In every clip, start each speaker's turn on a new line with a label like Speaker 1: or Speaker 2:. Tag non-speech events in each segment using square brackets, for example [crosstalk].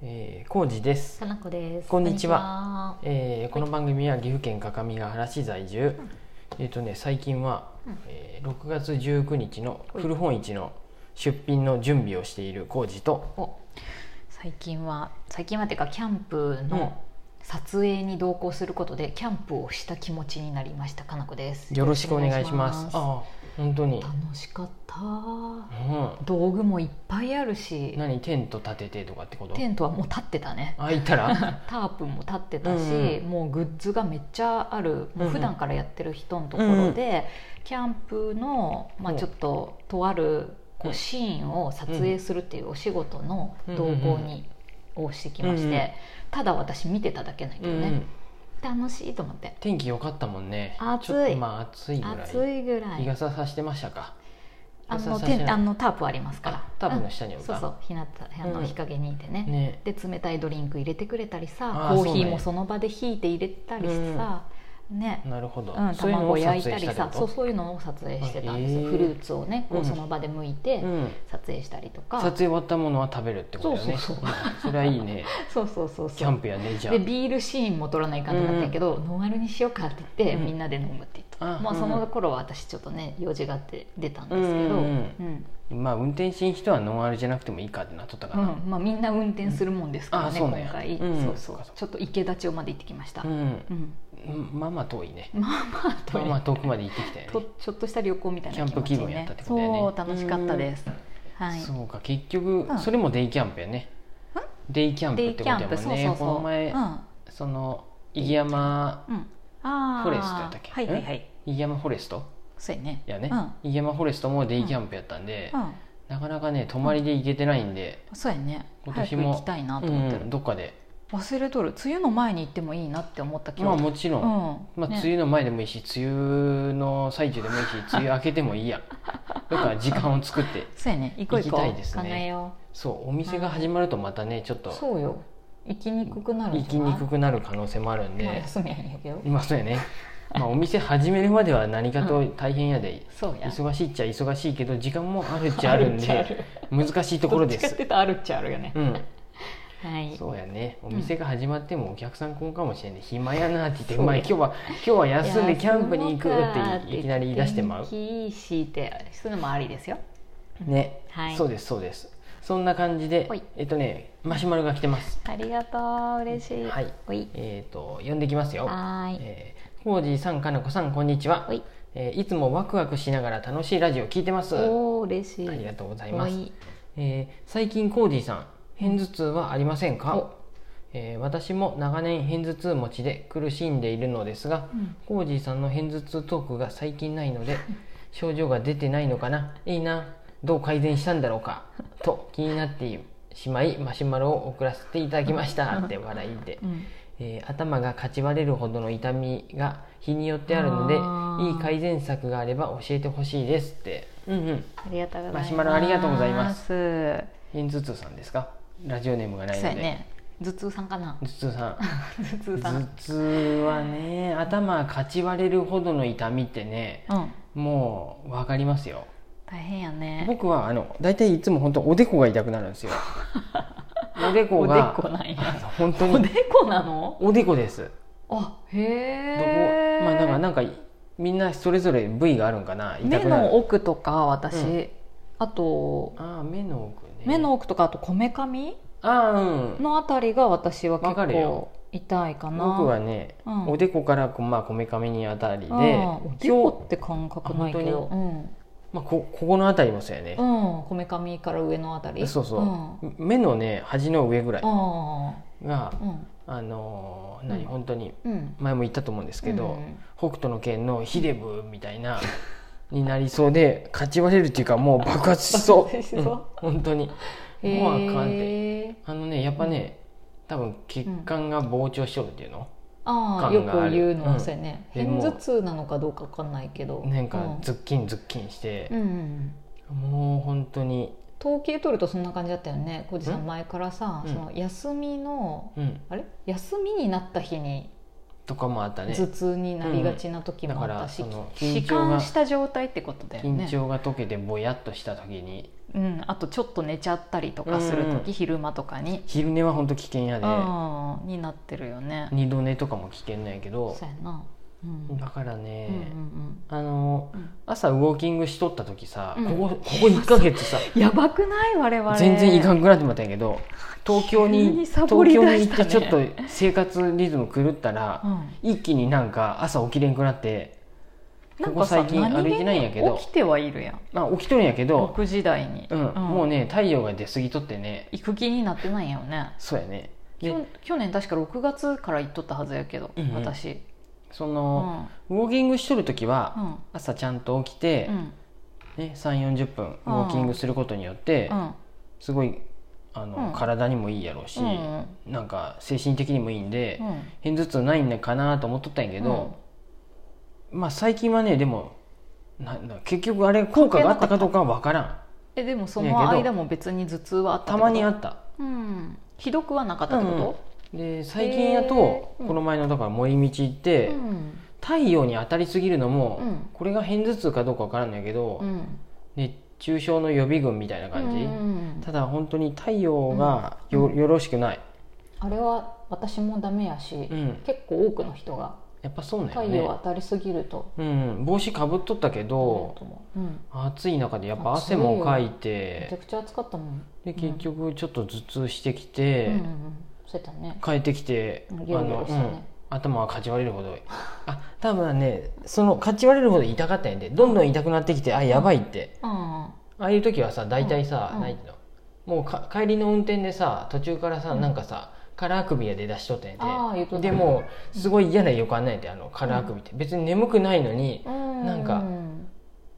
Speaker 1: えー、康二です、
Speaker 2: かなこです。
Speaker 1: こんにち
Speaker 2: は。
Speaker 1: えーこの番組は岐阜県各務原市在住、えっ、とね最近は、
Speaker 2: うん
Speaker 1: えー6月19日の
Speaker 2: はい
Speaker 1: 古本市の出品の準備をしている康二と
Speaker 2: お、最近は最近はっていうかキャンプの撮影に同行することでキャンプをした気持ちになりましたかなこです。
Speaker 1: よろしくお願いします
Speaker 2: よろしくお願い
Speaker 1: ああ本当に
Speaker 2: します楽しかった。
Speaker 1: う
Speaker 2: 道具もいっぱいあるし
Speaker 1: ん、何テント立ててとかってこと
Speaker 2: テントはもう立ってたね。
Speaker 1: あいた
Speaker 2: [laughs]
Speaker 1: ら
Speaker 2: タープも立ってたし、
Speaker 1: うん
Speaker 2: もうグッズがめっちゃある
Speaker 1: うんう
Speaker 2: も
Speaker 1: ん
Speaker 2: う普段からやってる人のところで、キャンプの、まあ、
Speaker 1: うん
Speaker 2: ちょっととあるこ
Speaker 1: うん
Speaker 2: うシーンを撮影するっていうお仕事の動向に応してきまして、
Speaker 1: うんうん
Speaker 2: ただ私見てただけないけ
Speaker 1: う
Speaker 2: ど
Speaker 1: んう
Speaker 2: ね
Speaker 1: ん、
Speaker 2: 楽しいと思って
Speaker 1: 天気良かったもんね
Speaker 2: 暑い
Speaker 1: ちょっとまあ暑いぐらい
Speaker 2: 暑いぐら
Speaker 1: 日
Speaker 2: い
Speaker 1: 傘さしてましたか
Speaker 2: あ
Speaker 1: 日傘
Speaker 2: の
Speaker 1: さして
Speaker 2: テン
Speaker 1: ない
Speaker 2: あのタープありますから
Speaker 1: タープの
Speaker 2: 下
Speaker 1: 下に置い
Speaker 2: そ
Speaker 1: た、
Speaker 2: うそう日向あの
Speaker 1: うん
Speaker 2: 日陰にいてね、
Speaker 1: ね
Speaker 2: で冷たいドリンク入れてくれたりさ
Speaker 1: あー
Speaker 2: コー
Speaker 1: そ
Speaker 2: ヒ
Speaker 1: う
Speaker 2: ー
Speaker 1: ね
Speaker 2: もその場でひいて入れたりさ、ね、
Speaker 1: なるほど、
Speaker 2: うん、
Speaker 1: そういうの
Speaker 2: 卵
Speaker 1: を
Speaker 2: を
Speaker 1: 撮
Speaker 2: 焼い
Speaker 1: 影
Speaker 2: た
Speaker 1: し
Speaker 2: り
Speaker 1: たってこ
Speaker 2: さ
Speaker 1: と
Speaker 2: そうそういうのを撮影してたんです
Speaker 1: あへ
Speaker 2: よ
Speaker 1: ー
Speaker 2: フルーツをねこ
Speaker 1: うん
Speaker 2: うその場で剥いて
Speaker 1: うん、
Speaker 2: 撮影したりとか、
Speaker 1: 撮影終わったものは食べるってことだよね
Speaker 2: そうそうそうん
Speaker 1: それはいいね
Speaker 2: そ
Speaker 1: [laughs]
Speaker 2: うそうそう
Speaker 1: キ
Speaker 2: そ
Speaker 1: ャ
Speaker 2: う
Speaker 1: ンプやレジャ
Speaker 2: で
Speaker 1: ー
Speaker 2: ビールシーンも撮らないかんとなったんやけど、ノンアルにしようかって言って、
Speaker 1: うん
Speaker 2: みんなで飲むって言って
Speaker 1: あ
Speaker 2: まあ、
Speaker 1: うん
Speaker 2: その頃は私ちょっとね用事があって出たんですけど、
Speaker 1: う
Speaker 2: うんん
Speaker 1: うんまあ運転しん人はノンアルじゃなくてもいいかってなっとったか
Speaker 2: う
Speaker 1: ら、
Speaker 2: んまあ、みんな運転するもんですから
Speaker 1: うんあ
Speaker 2: ね、
Speaker 1: そうね
Speaker 2: 今回、
Speaker 1: うん
Speaker 2: そうそ
Speaker 1: そう
Speaker 2: う
Speaker 1: かそうか
Speaker 2: ちょっと池田町まで行ってきました、
Speaker 1: う
Speaker 2: うん
Speaker 1: ん
Speaker 2: うん、
Speaker 1: まあまあ遠いね
Speaker 2: まあまあと
Speaker 1: まあまあ遠くまで行ってきたよね
Speaker 2: とちょっとした旅行みたいな気持ち
Speaker 1: キャンプ気
Speaker 2: に
Speaker 1: 分やっ
Speaker 2: ね
Speaker 1: たってことだよね
Speaker 2: そう楽しかったです、はい
Speaker 1: そうか結局、
Speaker 2: うん
Speaker 1: それもデイキャンプやね
Speaker 2: ん
Speaker 1: デイキャンプ
Speaker 2: デ
Speaker 1: っ
Speaker 2: イ
Speaker 1: て
Speaker 2: キ
Speaker 1: こと
Speaker 2: ャ
Speaker 1: や
Speaker 2: ンプ、
Speaker 1: もん
Speaker 2: そう
Speaker 1: ね
Speaker 2: そうそう
Speaker 1: この前、
Speaker 2: うん
Speaker 1: その入山
Speaker 2: うん、あー
Speaker 1: フォレストやったっけ
Speaker 2: はいはいはい
Speaker 1: 入山フォレスト
Speaker 2: そうやね
Speaker 1: やね、
Speaker 2: うん
Speaker 1: 入山フォレストもデイキャンプやったんで、
Speaker 2: うん
Speaker 1: なかなかね泊まりで行けてないんで、
Speaker 2: そうやね
Speaker 1: 今
Speaker 2: 早
Speaker 1: 年
Speaker 2: く
Speaker 1: も
Speaker 2: 行きたいなと思って
Speaker 1: う
Speaker 2: る
Speaker 1: ん、どっかで
Speaker 2: 忘れとる梅雨の前に行ってもいいなって思った
Speaker 1: ま
Speaker 2: 今
Speaker 1: あ
Speaker 2: 日
Speaker 1: もちろん、
Speaker 2: うん
Speaker 1: まあ、梅雨の前でもいいし、梅雨の最中でもい
Speaker 2: [laughs]
Speaker 1: いし梅雨明けてもいいやだから時間を作って
Speaker 2: そうやね行こう行こう
Speaker 1: 行きたいですね
Speaker 2: 考えよ
Speaker 1: そうお店が始まるとまたねちょっ
Speaker 2: う
Speaker 1: と
Speaker 2: そうよ行きにくくなる
Speaker 1: 行
Speaker 2: んじ
Speaker 1: き
Speaker 2: ゃない
Speaker 1: にくくなる可能性もあるんで、
Speaker 2: まあ休みやんやけど
Speaker 1: まあそうやね、まあ、お店始めるまでは何かと大変やで、
Speaker 2: そうや
Speaker 1: 忙しいっちゃ忙しいけど時間もあるっちゃあるん
Speaker 2: あるっちゃあ
Speaker 1: で
Speaker 2: る
Speaker 1: 難しいところで
Speaker 2: どっちか
Speaker 1: す
Speaker 2: ってたあるっちゃあるよね
Speaker 1: うん
Speaker 2: はい
Speaker 1: そうやねお店が始まってもお客さん来んかもしれんで、暇やなって言って「
Speaker 2: そう
Speaker 1: まあ今日は今日は休んで
Speaker 2: いや
Speaker 1: キャンプに行く」
Speaker 2: そうか
Speaker 1: っていきなり言い出してまう
Speaker 2: 天気いいしってそういうのもありですよ
Speaker 1: ね、
Speaker 2: はい
Speaker 1: そうですそうですそんな感じで
Speaker 2: ほい
Speaker 1: えっとねマシュマロが来てます
Speaker 2: ありがとう嬉しい
Speaker 1: はい
Speaker 2: おい
Speaker 1: えっ、と呼んできますよ
Speaker 2: はーい
Speaker 1: えー、コージーさんかなこさんこんにちは
Speaker 2: おい
Speaker 1: えーいつもワクワクしながら楽しいラジオ聞いてますあ
Speaker 2: おー嬉しい
Speaker 1: りがとうございます
Speaker 2: おい
Speaker 1: えー最近コーディさん片頭痛はありませんか
Speaker 2: お、
Speaker 1: えー私も長年片頭痛持ちで苦しんでいるのですが、
Speaker 2: うん
Speaker 1: コージーさんの片頭痛トークが最近ないので [laughs] 症状が出てないのかないいなどう改善したんだろうかと気になってしまいマシュマロを送らせていただきました
Speaker 2: [laughs]
Speaker 1: って笑いで
Speaker 2: う、ん
Speaker 1: えー頭がかち割れるほどの痛みが日によってあるので
Speaker 2: あー
Speaker 1: いい改善策があれば教えてほしいですってうんうん
Speaker 2: ありがとうございます。。
Speaker 1: マシュマロありがとうございます
Speaker 2: そう
Speaker 1: 片頭痛さんですかラジオネームがないの
Speaker 2: や
Speaker 1: で、
Speaker 2: ね。頭痛さんかな
Speaker 1: 頭。痛さ
Speaker 2: [laughs]
Speaker 1: ん
Speaker 2: 頭痛さ
Speaker 1: 頭
Speaker 2: ん。
Speaker 1: 痛はね頭かち割れるほどの痛みってね
Speaker 2: うん。
Speaker 1: もう分かりますよ
Speaker 2: 大変やね。
Speaker 1: 僕はあの大体いつも本当おでこが痛くなるん
Speaker 2: [laughs]
Speaker 1: ですよおでこ
Speaker 2: おで
Speaker 1: が
Speaker 2: こな
Speaker 1: [laughs]
Speaker 2: んや。
Speaker 1: 本当
Speaker 2: お
Speaker 1: に
Speaker 2: でこなの？
Speaker 1: おでこです
Speaker 2: あ、へ
Speaker 1: どこ
Speaker 2: え。
Speaker 1: まあなんかなんかみんなそれぞれ部位があるんかな痛
Speaker 2: 目
Speaker 1: くな
Speaker 2: の
Speaker 1: る
Speaker 2: 奥とか
Speaker 1: う
Speaker 2: 私、あと
Speaker 1: ああ目の奥ね
Speaker 2: 目の奥とかあとこめかみ
Speaker 1: ああうん
Speaker 2: のあたりが私は結
Speaker 1: わかるよ
Speaker 2: 構痛いかな。
Speaker 1: 僕はね、
Speaker 2: うん
Speaker 1: おでこからこまあこめかみにあたりで、
Speaker 2: うんおでこって感覚ないけど、
Speaker 1: あ
Speaker 2: うん、
Speaker 1: まあ、こここのあたりもそうやね、
Speaker 2: うん、こめかみから上のあたり、
Speaker 1: そうそう、
Speaker 2: ん、
Speaker 1: 目のね端の上ぐらい
Speaker 2: あ
Speaker 1: が
Speaker 2: あ、うん、
Speaker 1: あのー何、
Speaker 2: うん
Speaker 1: 本当に
Speaker 2: うん、
Speaker 1: 前も言ったと思うんですけど、
Speaker 2: うん
Speaker 1: 北斗の拳のヒデブみたいなになりそうで勝ち割れるっていうかもう爆発しそう
Speaker 2: 爆発し [laughs] そうん
Speaker 1: 本当にもうあかんってあのねやっぱね、多分血管が膨張しとるっていうの、
Speaker 2: ああ
Speaker 1: 感
Speaker 2: よ
Speaker 1: があ
Speaker 2: く
Speaker 1: る
Speaker 2: 言うの
Speaker 1: うん
Speaker 2: はそうやね
Speaker 1: で
Speaker 2: 片
Speaker 1: も
Speaker 2: 頭痛なのかどうかわかんないけど
Speaker 1: なんか
Speaker 2: うん
Speaker 1: ズッキンズッキンして
Speaker 2: う、んうん
Speaker 1: もう本当に
Speaker 2: 統計取るとそんな感じだったよね浩二さ
Speaker 1: うん
Speaker 2: ん前からさ
Speaker 1: うん
Speaker 2: その休みの
Speaker 1: うん
Speaker 2: あれ休みになった日に
Speaker 1: とかもあったね
Speaker 2: 頭痛になりがちな時もあったし
Speaker 1: うんだからその緊
Speaker 2: 弛
Speaker 1: 張が
Speaker 2: 緩した状態ってことだよ
Speaker 1: 緊
Speaker 2: ね
Speaker 1: 張が解けてぼやっとした時に
Speaker 2: うん、あとちょっと寝ちゃったりとかする
Speaker 1: うん
Speaker 2: 時、
Speaker 1: うん
Speaker 2: 昼間とかに、
Speaker 1: 昼寝は本当危険やで
Speaker 2: うんになってるよね、
Speaker 1: 二度寝とかも危険なんやけど
Speaker 2: そうやな、うんうん
Speaker 1: だからね、
Speaker 2: うん
Speaker 1: あの
Speaker 2: うん
Speaker 1: 朝ウォーキングしとった時さ、
Speaker 2: うん
Speaker 1: ここここ1ヶ月
Speaker 2: [laughs]
Speaker 1: さ
Speaker 2: うん、やばくない我々
Speaker 1: 全然いか
Speaker 2: ん
Speaker 1: んくなってまったんやけど東京に
Speaker 2: 急にサ
Speaker 1: 東
Speaker 2: ボり
Speaker 1: 京
Speaker 2: 出
Speaker 1: に
Speaker 2: し
Speaker 1: 行った
Speaker 2: ね
Speaker 1: てちょっと生活リズム狂ったら、
Speaker 2: うん、
Speaker 1: 一気になんか朝起きれんくなって、
Speaker 2: な
Speaker 1: こ
Speaker 2: ん
Speaker 1: こ
Speaker 2: かさ
Speaker 1: 最近歩いてないんやけど
Speaker 2: 何気に起きてはいるやん
Speaker 1: まあ、起きとるんやけど、
Speaker 2: 6時台に、
Speaker 1: うんもうね太陽が出過ぎとってね
Speaker 2: 行く気になってないんやよね
Speaker 1: そうやね
Speaker 2: き
Speaker 1: で
Speaker 2: ょ去年確か6月から行っとったはずやけど、
Speaker 1: うんうん
Speaker 2: 私、
Speaker 1: そうの、
Speaker 2: ん
Speaker 1: ウォーキングしとる時は、
Speaker 2: うん
Speaker 1: 朝ちゃんと起きて
Speaker 2: う、ん
Speaker 1: ね、3 4 0分ウォーキングすることによって、
Speaker 2: うん
Speaker 1: すごいあの、
Speaker 2: うん
Speaker 1: 体にもいいやろうし、
Speaker 2: うん
Speaker 1: なんか精神的にもいいんで、
Speaker 2: うん
Speaker 1: 偏頭痛ないんかなと思っとったんやけど、まあ最近はねでもなな結局あれ効果があったかどうかは分からん
Speaker 2: えでもそ
Speaker 1: いやけ
Speaker 2: の
Speaker 1: ど
Speaker 2: 間も別に頭痛はあったって
Speaker 1: た
Speaker 2: こと
Speaker 1: まにあった
Speaker 2: うんひどくはなかったってこ
Speaker 1: で最近やと、
Speaker 2: へーうん
Speaker 1: この前のだから森道行って、
Speaker 2: とうん
Speaker 1: 太陽に当たりすぎるのも、
Speaker 2: うん
Speaker 1: これが偏頭痛かどうか分からんのやけど、
Speaker 2: うん
Speaker 1: 熱中症の予備軍みたいな感じ、
Speaker 2: うん
Speaker 1: ただ本当に太陽がよ,、
Speaker 2: うん
Speaker 1: よろしくない、
Speaker 2: あれは私もダメやし、
Speaker 1: うん、
Speaker 2: 結構多くの人が
Speaker 1: やっぱそうなん
Speaker 2: 太
Speaker 1: よ
Speaker 2: 陽
Speaker 1: ね
Speaker 2: 当たりすぎると
Speaker 1: うん、帽子かぶっとったけど、
Speaker 2: ダメだと思う、うん、
Speaker 1: 暑い中でやっぱ汗もかい
Speaker 2: めち
Speaker 1: て
Speaker 2: ゃくちゃ暑かったもん、
Speaker 1: で結局ちょっと頭痛してき
Speaker 2: うん
Speaker 1: て、
Speaker 2: うんうん、そうやったね
Speaker 1: 帰ってきて、
Speaker 2: うんゲロゲロした
Speaker 1: う
Speaker 2: ね
Speaker 1: ん頭がかち割れるほどあ多分ねそのかち割れるほど痛かったんやでどんどん痛くなってきてあやばいって、
Speaker 2: あ
Speaker 1: ああいう時はさ大体さ、
Speaker 2: うん
Speaker 1: ないのもうか帰りの運転でさ途中からさ、
Speaker 2: うん
Speaker 1: なんかさカラー首が出だしとったんやで
Speaker 2: あー言うとった
Speaker 1: でもうすごい嫌な予感ないであのカラー首って、別に眠くないのに
Speaker 2: あうん
Speaker 1: なんか
Speaker 2: うん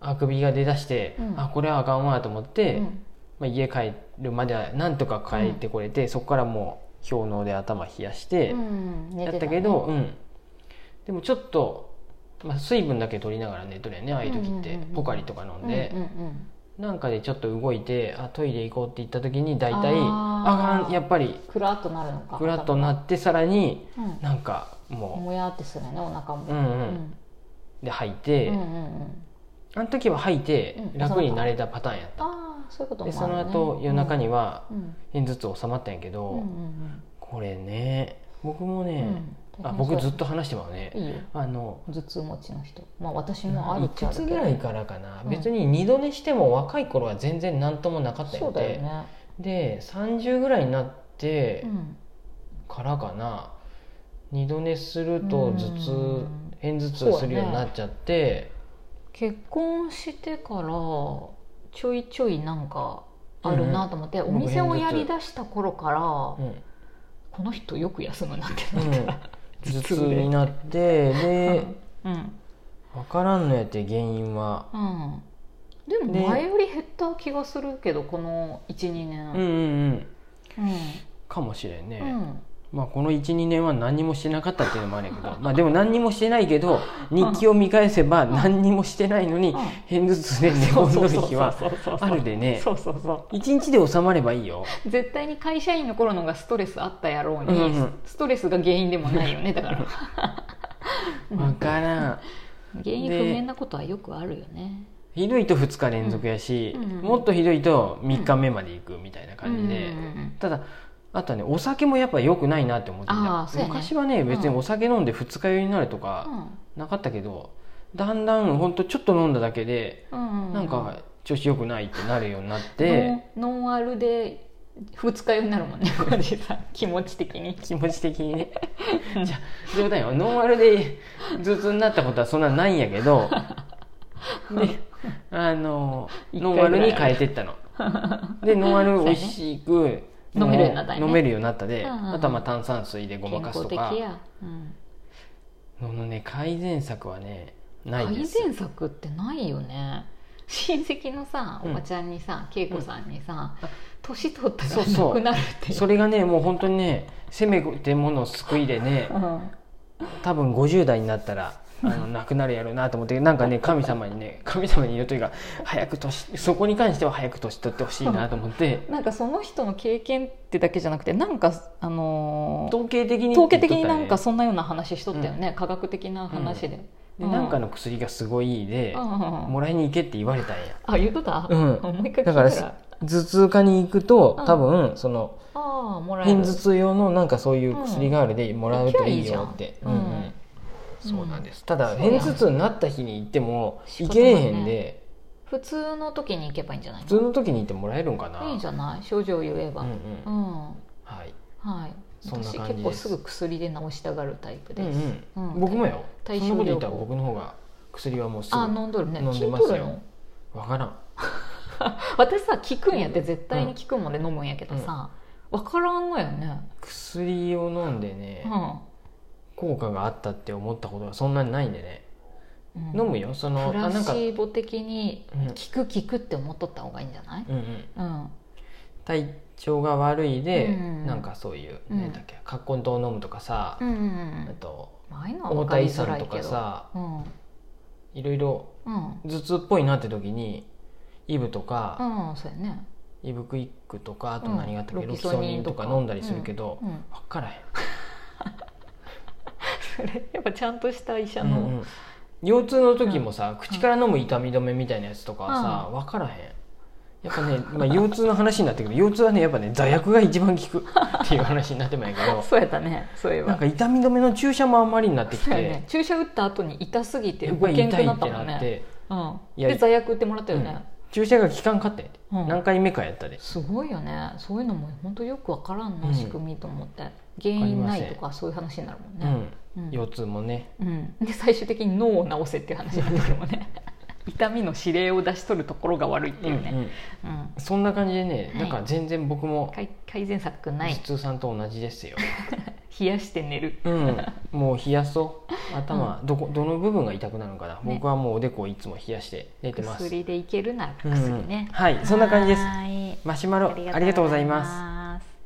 Speaker 1: あくびが出だして、
Speaker 2: うん
Speaker 1: あこれはあかんわと思って、
Speaker 2: うん
Speaker 1: まあ、家帰るまではなんとか帰ってこれて、そこからもう氷のうで頭冷やして、
Speaker 2: うん寝
Speaker 1: や
Speaker 2: て
Speaker 1: った
Speaker 2: ね
Speaker 1: たけど、うん、でもちょっと、まあ、水分だけ取りながら寝とるよねああいう時って、
Speaker 2: うんうんうんうん
Speaker 1: ポカリとか飲んで
Speaker 2: う、んうん
Speaker 1: なんかでちょっと動いてあトイレ行こうって言った時に大体
Speaker 2: あ
Speaker 1: あ
Speaker 2: ー
Speaker 1: かんやっぱり
Speaker 2: うん、クラッとなるのか
Speaker 1: ぐらっとなってさらに
Speaker 2: うん
Speaker 1: なんかも
Speaker 2: もやってするよねお腹
Speaker 1: う、う
Speaker 2: も、
Speaker 1: んう、
Speaker 2: うん
Speaker 1: で吐いて、
Speaker 2: うんうんうん
Speaker 1: あの時は吐いて
Speaker 2: うん
Speaker 1: 楽になれたパターンやった、
Speaker 2: ああそういうことも
Speaker 1: で
Speaker 2: あ
Speaker 1: そ
Speaker 2: る
Speaker 1: の
Speaker 2: ね
Speaker 1: 後夜中に、は
Speaker 2: うん
Speaker 1: 片頭痛収まったんやけど、
Speaker 2: うんうん
Speaker 1: これね僕も
Speaker 2: うんう
Speaker 1: ね、
Speaker 2: ん
Speaker 1: あ僕ずっと話してまうね、
Speaker 2: いいよ
Speaker 1: あの
Speaker 2: 頭痛持ちの人まあ私もある
Speaker 1: い
Speaker 2: っちゃ
Speaker 1: く
Speaker 2: ある
Speaker 1: つ
Speaker 2: けど
Speaker 1: ぐらいからかな、
Speaker 2: うん
Speaker 1: 別に二度寝しても若い頃は全然何ともなかった
Speaker 2: そ
Speaker 1: よ
Speaker 2: うだよ
Speaker 1: ね
Speaker 2: ね、
Speaker 1: で30ぐらいになって
Speaker 2: うん、
Speaker 1: からかな、二度寝すると頭
Speaker 2: う
Speaker 1: 痛
Speaker 2: ん
Speaker 1: 片頭痛するようになっちゃって
Speaker 2: 結婚してからちょいちょいなんかあるなと思って、
Speaker 1: んうん
Speaker 2: お店をやりだした頃から、
Speaker 1: う、ん
Speaker 2: この人よく休むなって
Speaker 1: うん
Speaker 2: なっ
Speaker 1: 頭痛
Speaker 2: た、
Speaker 1: になってで
Speaker 2: うんうん
Speaker 1: 分からんのやって原因は
Speaker 2: うんでも
Speaker 1: で
Speaker 2: 前より減った気がするけどこの12
Speaker 1: うんうん
Speaker 2: 年
Speaker 1: うん
Speaker 2: うん
Speaker 1: かもしれんね、
Speaker 2: うん
Speaker 1: まあ、この12年は何もしてなかったっていうのもあるんやけど [laughs] まあでも何にもしてないけど日記を見返せば何にもしてないのに
Speaker 2: うん
Speaker 1: 偏頭痛で寝込んどる日は
Speaker 2: そうそうそうそう
Speaker 1: あるでね
Speaker 2: そうそうそ
Speaker 1: 一日で収まればいいよ
Speaker 2: う絶対に会社員の頃のがストレスあったやろうに、
Speaker 1: うんうん
Speaker 2: ストレスが原因でもないよねだからうん
Speaker 1: わからん
Speaker 2: 原因不明なことはよくあるよね
Speaker 1: ひどいと2日連続やし、
Speaker 2: うんうん
Speaker 1: もっとひどいと3日目までいくみたいな感じで、
Speaker 2: うんうんうん
Speaker 1: ただあとはねお酒もやっぱ良くないなって思ってた、
Speaker 2: あーそうやね
Speaker 1: 昔はね別にお酒飲んで二日酔いになるとかなかったけど、だんだんほんとちょっと飲んだだけで
Speaker 2: うん
Speaker 1: なんか調子良くないってなるようになって。
Speaker 2: でノンノンアルで二日酔いになるもんねおじさん気持ち
Speaker 1: [laughs]
Speaker 2: 的に
Speaker 1: 気持ち的にねじゃあ冗談よノンアルで頭痛になったことはそんなないんやけ
Speaker 2: [laughs]
Speaker 1: どであの
Speaker 2: 一
Speaker 1: ノ
Speaker 2: 回
Speaker 1: ン
Speaker 2: ぐら
Speaker 1: ア
Speaker 2: い
Speaker 1: ルに変えてったの
Speaker 2: [laughs]
Speaker 1: でノンアル美味しく
Speaker 2: そうね飲めるようになったんやね
Speaker 1: 飲めるようになったで、
Speaker 2: うんうんうん
Speaker 1: あとはまあ炭酸水でごまかすとか
Speaker 2: 健康的や、うん、
Speaker 1: そのね改善策はねないで
Speaker 2: 改
Speaker 1: す
Speaker 2: 善策ってないよね親戚のさ
Speaker 1: う
Speaker 2: お
Speaker 1: ん
Speaker 2: ばちゃんにさ、恵子さんにさ年取った
Speaker 1: そう
Speaker 2: ら
Speaker 1: そ
Speaker 2: な
Speaker 1: う
Speaker 2: くなるっていう
Speaker 1: それがねもう本当にねせめてもの救いでね
Speaker 2: うん
Speaker 1: 多分50代になった
Speaker 2: [laughs]
Speaker 1: らあのなくなるやろうなと思ってなんかね神様にね神様に言うというか早く年そこに関しては早く年取ってほしいなと思って
Speaker 2: なんかその人の経験ってだけじゃなくてなんかあのー
Speaker 1: 統計的に
Speaker 2: 統計的になんか
Speaker 1: そ
Speaker 2: そんなような話しとったよね、科学的な話で、
Speaker 1: で
Speaker 2: うん
Speaker 1: なんかの薬がすごいで、
Speaker 2: あ
Speaker 1: もらいに行けって言われたんや
Speaker 2: 言うとった、
Speaker 1: うん
Speaker 2: もう一回聞い
Speaker 1: だ
Speaker 2: た
Speaker 1: からら頭痛科に行くと
Speaker 2: うん
Speaker 1: 多分その
Speaker 2: ああもらえる
Speaker 1: 片頭痛用のなんかそういう薬があるでもらうといいよって、
Speaker 2: うん
Speaker 1: うんうんそうなんですただ
Speaker 2: そうや
Speaker 1: 片頭痛になった日に行っても
Speaker 2: 仕
Speaker 1: 行
Speaker 2: 方
Speaker 1: け
Speaker 2: ない
Speaker 1: れ
Speaker 2: ね
Speaker 1: へんで
Speaker 2: 普通の時に行けばいいんじゃない
Speaker 1: 普
Speaker 2: の
Speaker 1: 通の時に行ってもらえるんかない
Speaker 2: いじゃない症状言えば
Speaker 1: うん
Speaker 2: う
Speaker 1: うん
Speaker 2: ん、
Speaker 1: はい
Speaker 2: はい
Speaker 1: そんな
Speaker 2: 私
Speaker 1: 感じです
Speaker 2: 結構すぐ薬で治したがるタイ
Speaker 1: う
Speaker 2: プ
Speaker 1: ん
Speaker 2: で
Speaker 1: う
Speaker 2: す、
Speaker 1: ん
Speaker 2: うん
Speaker 1: 僕もよそ
Speaker 2: 対
Speaker 1: ん
Speaker 2: 症
Speaker 1: なこと言ったら
Speaker 2: 療法
Speaker 1: 僕の方が薬はもうすぐ
Speaker 2: あ飲んどるね
Speaker 1: 飲んで
Speaker 2: 聞い
Speaker 1: ま
Speaker 2: と
Speaker 1: すよ
Speaker 2: るの
Speaker 1: わからん
Speaker 2: 私さ聞くんやって絶対に聞くもんで飲むんやけどさ、わ分からんのよね、
Speaker 1: 薬を飲んでね
Speaker 2: う
Speaker 1: 効果があったって思ったことがそんなにないんでね
Speaker 2: んうん、
Speaker 1: 飲むよその
Speaker 2: プ
Speaker 1: あ
Speaker 2: ラ
Speaker 1: なん
Speaker 2: シ
Speaker 1: かうん
Speaker 2: ーボ的に
Speaker 1: うん
Speaker 2: 効く効くって思っとった方がいいんじゃない、
Speaker 1: うん
Speaker 2: うん、
Speaker 1: 体調が悪いで
Speaker 2: うん
Speaker 1: なんかそういう
Speaker 2: うん
Speaker 1: 何だっけ葛根湯を飲むとかさ
Speaker 2: うんうん
Speaker 1: あ
Speaker 2: うん
Speaker 1: と
Speaker 2: まあああいうのは
Speaker 1: 大
Speaker 2: 分かり
Speaker 1: 体
Speaker 2: づ
Speaker 1: さ
Speaker 2: ら
Speaker 1: んと
Speaker 2: いけ
Speaker 1: か
Speaker 2: ど
Speaker 1: さ
Speaker 2: うん
Speaker 1: いろいろ
Speaker 2: うん
Speaker 1: 頭痛っぽいなって時にイブとか
Speaker 2: うんそうやね
Speaker 1: イブクイックとかあと
Speaker 2: うん
Speaker 1: 何があったっけ
Speaker 2: ロ
Speaker 1: ロ
Speaker 2: キ
Speaker 1: キ
Speaker 2: ソ
Speaker 1: ソ
Speaker 2: ニ
Speaker 1: ニ
Speaker 2: ン
Speaker 1: ン
Speaker 2: と
Speaker 1: と
Speaker 2: か
Speaker 1: か飲んだりするけど
Speaker 2: うん
Speaker 1: 分からへん
Speaker 2: それ [laughs] やっぱちゃんとした医者
Speaker 1: う
Speaker 2: の、
Speaker 1: んうん腰痛の時もさ、口から飲む痛み止めみたいなやつとかはさ、
Speaker 2: う
Speaker 1: 分からへんやっぱね、まあ、腰痛の話になってくるけど腰痛はねやっぱね座薬が一番効く [laughs] っていう話になってもやけ
Speaker 2: [laughs]
Speaker 1: ど
Speaker 2: そうやったねそういえ
Speaker 1: なん
Speaker 2: ば
Speaker 1: か痛み止めの注射もあんまりになってき
Speaker 2: そうや
Speaker 1: て
Speaker 2: ね注射打った後に痛すぎて
Speaker 1: 僕
Speaker 2: 動
Speaker 1: は
Speaker 2: け
Speaker 1: 痛い
Speaker 2: ん
Speaker 1: っ
Speaker 2: く
Speaker 1: て
Speaker 2: なったもん
Speaker 1: なっ
Speaker 2: ね、
Speaker 1: て
Speaker 2: うん、
Speaker 1: いや
Speaker 2: で座薬打ってもらったよ
Speaker 1: う
Speaker 2: ね、
Speaker 1: ん注射が効かんかったんやて
Speaker 2: うん
Speaker 1: 何回目かやったです
Speaker 2: ごいよねそういうのも本当よくわからんな、
Speaker 1: うん
Speaker 2: 仕組みと思って原因ないとかそういう話になるもんね、うん
Speaker 1: 腰痛もね
Speaker 2: うんで最終的に脳を治せっていう話になってるもんね [laughs] 痛みの指令を出しとるところが悪いっていう
Speaker 1: うんう
Speaker 2: ね、
Speaker 1: ん
Speaker 2: うん
Speaker 1: そんな感じでね
Speaker 2: はい
Speaker 1: だから全然僕も
Speaker 2: 改改善策な
Speaker 1: 頭
Speaker 2: い
Speaker 1: 痛さんと同じですよ、
Speaker 2: 冷やして寝る
Speaker 1: うん、もう冷やそう頭、どこどの部分が痛くなるのかな、
Speaker 2: ね
Speaker 1: 僕はもうおでこをいつも冷やして寝てます
Speaker 2: 薬でいけるなら
Speaker 1: うん
Speaker 2: 薬ね、
Speaker 1: はいそんな感じです
Speaker 2: はーい
Speaker 1: マシュマロありがとうございます
Speaker 2: す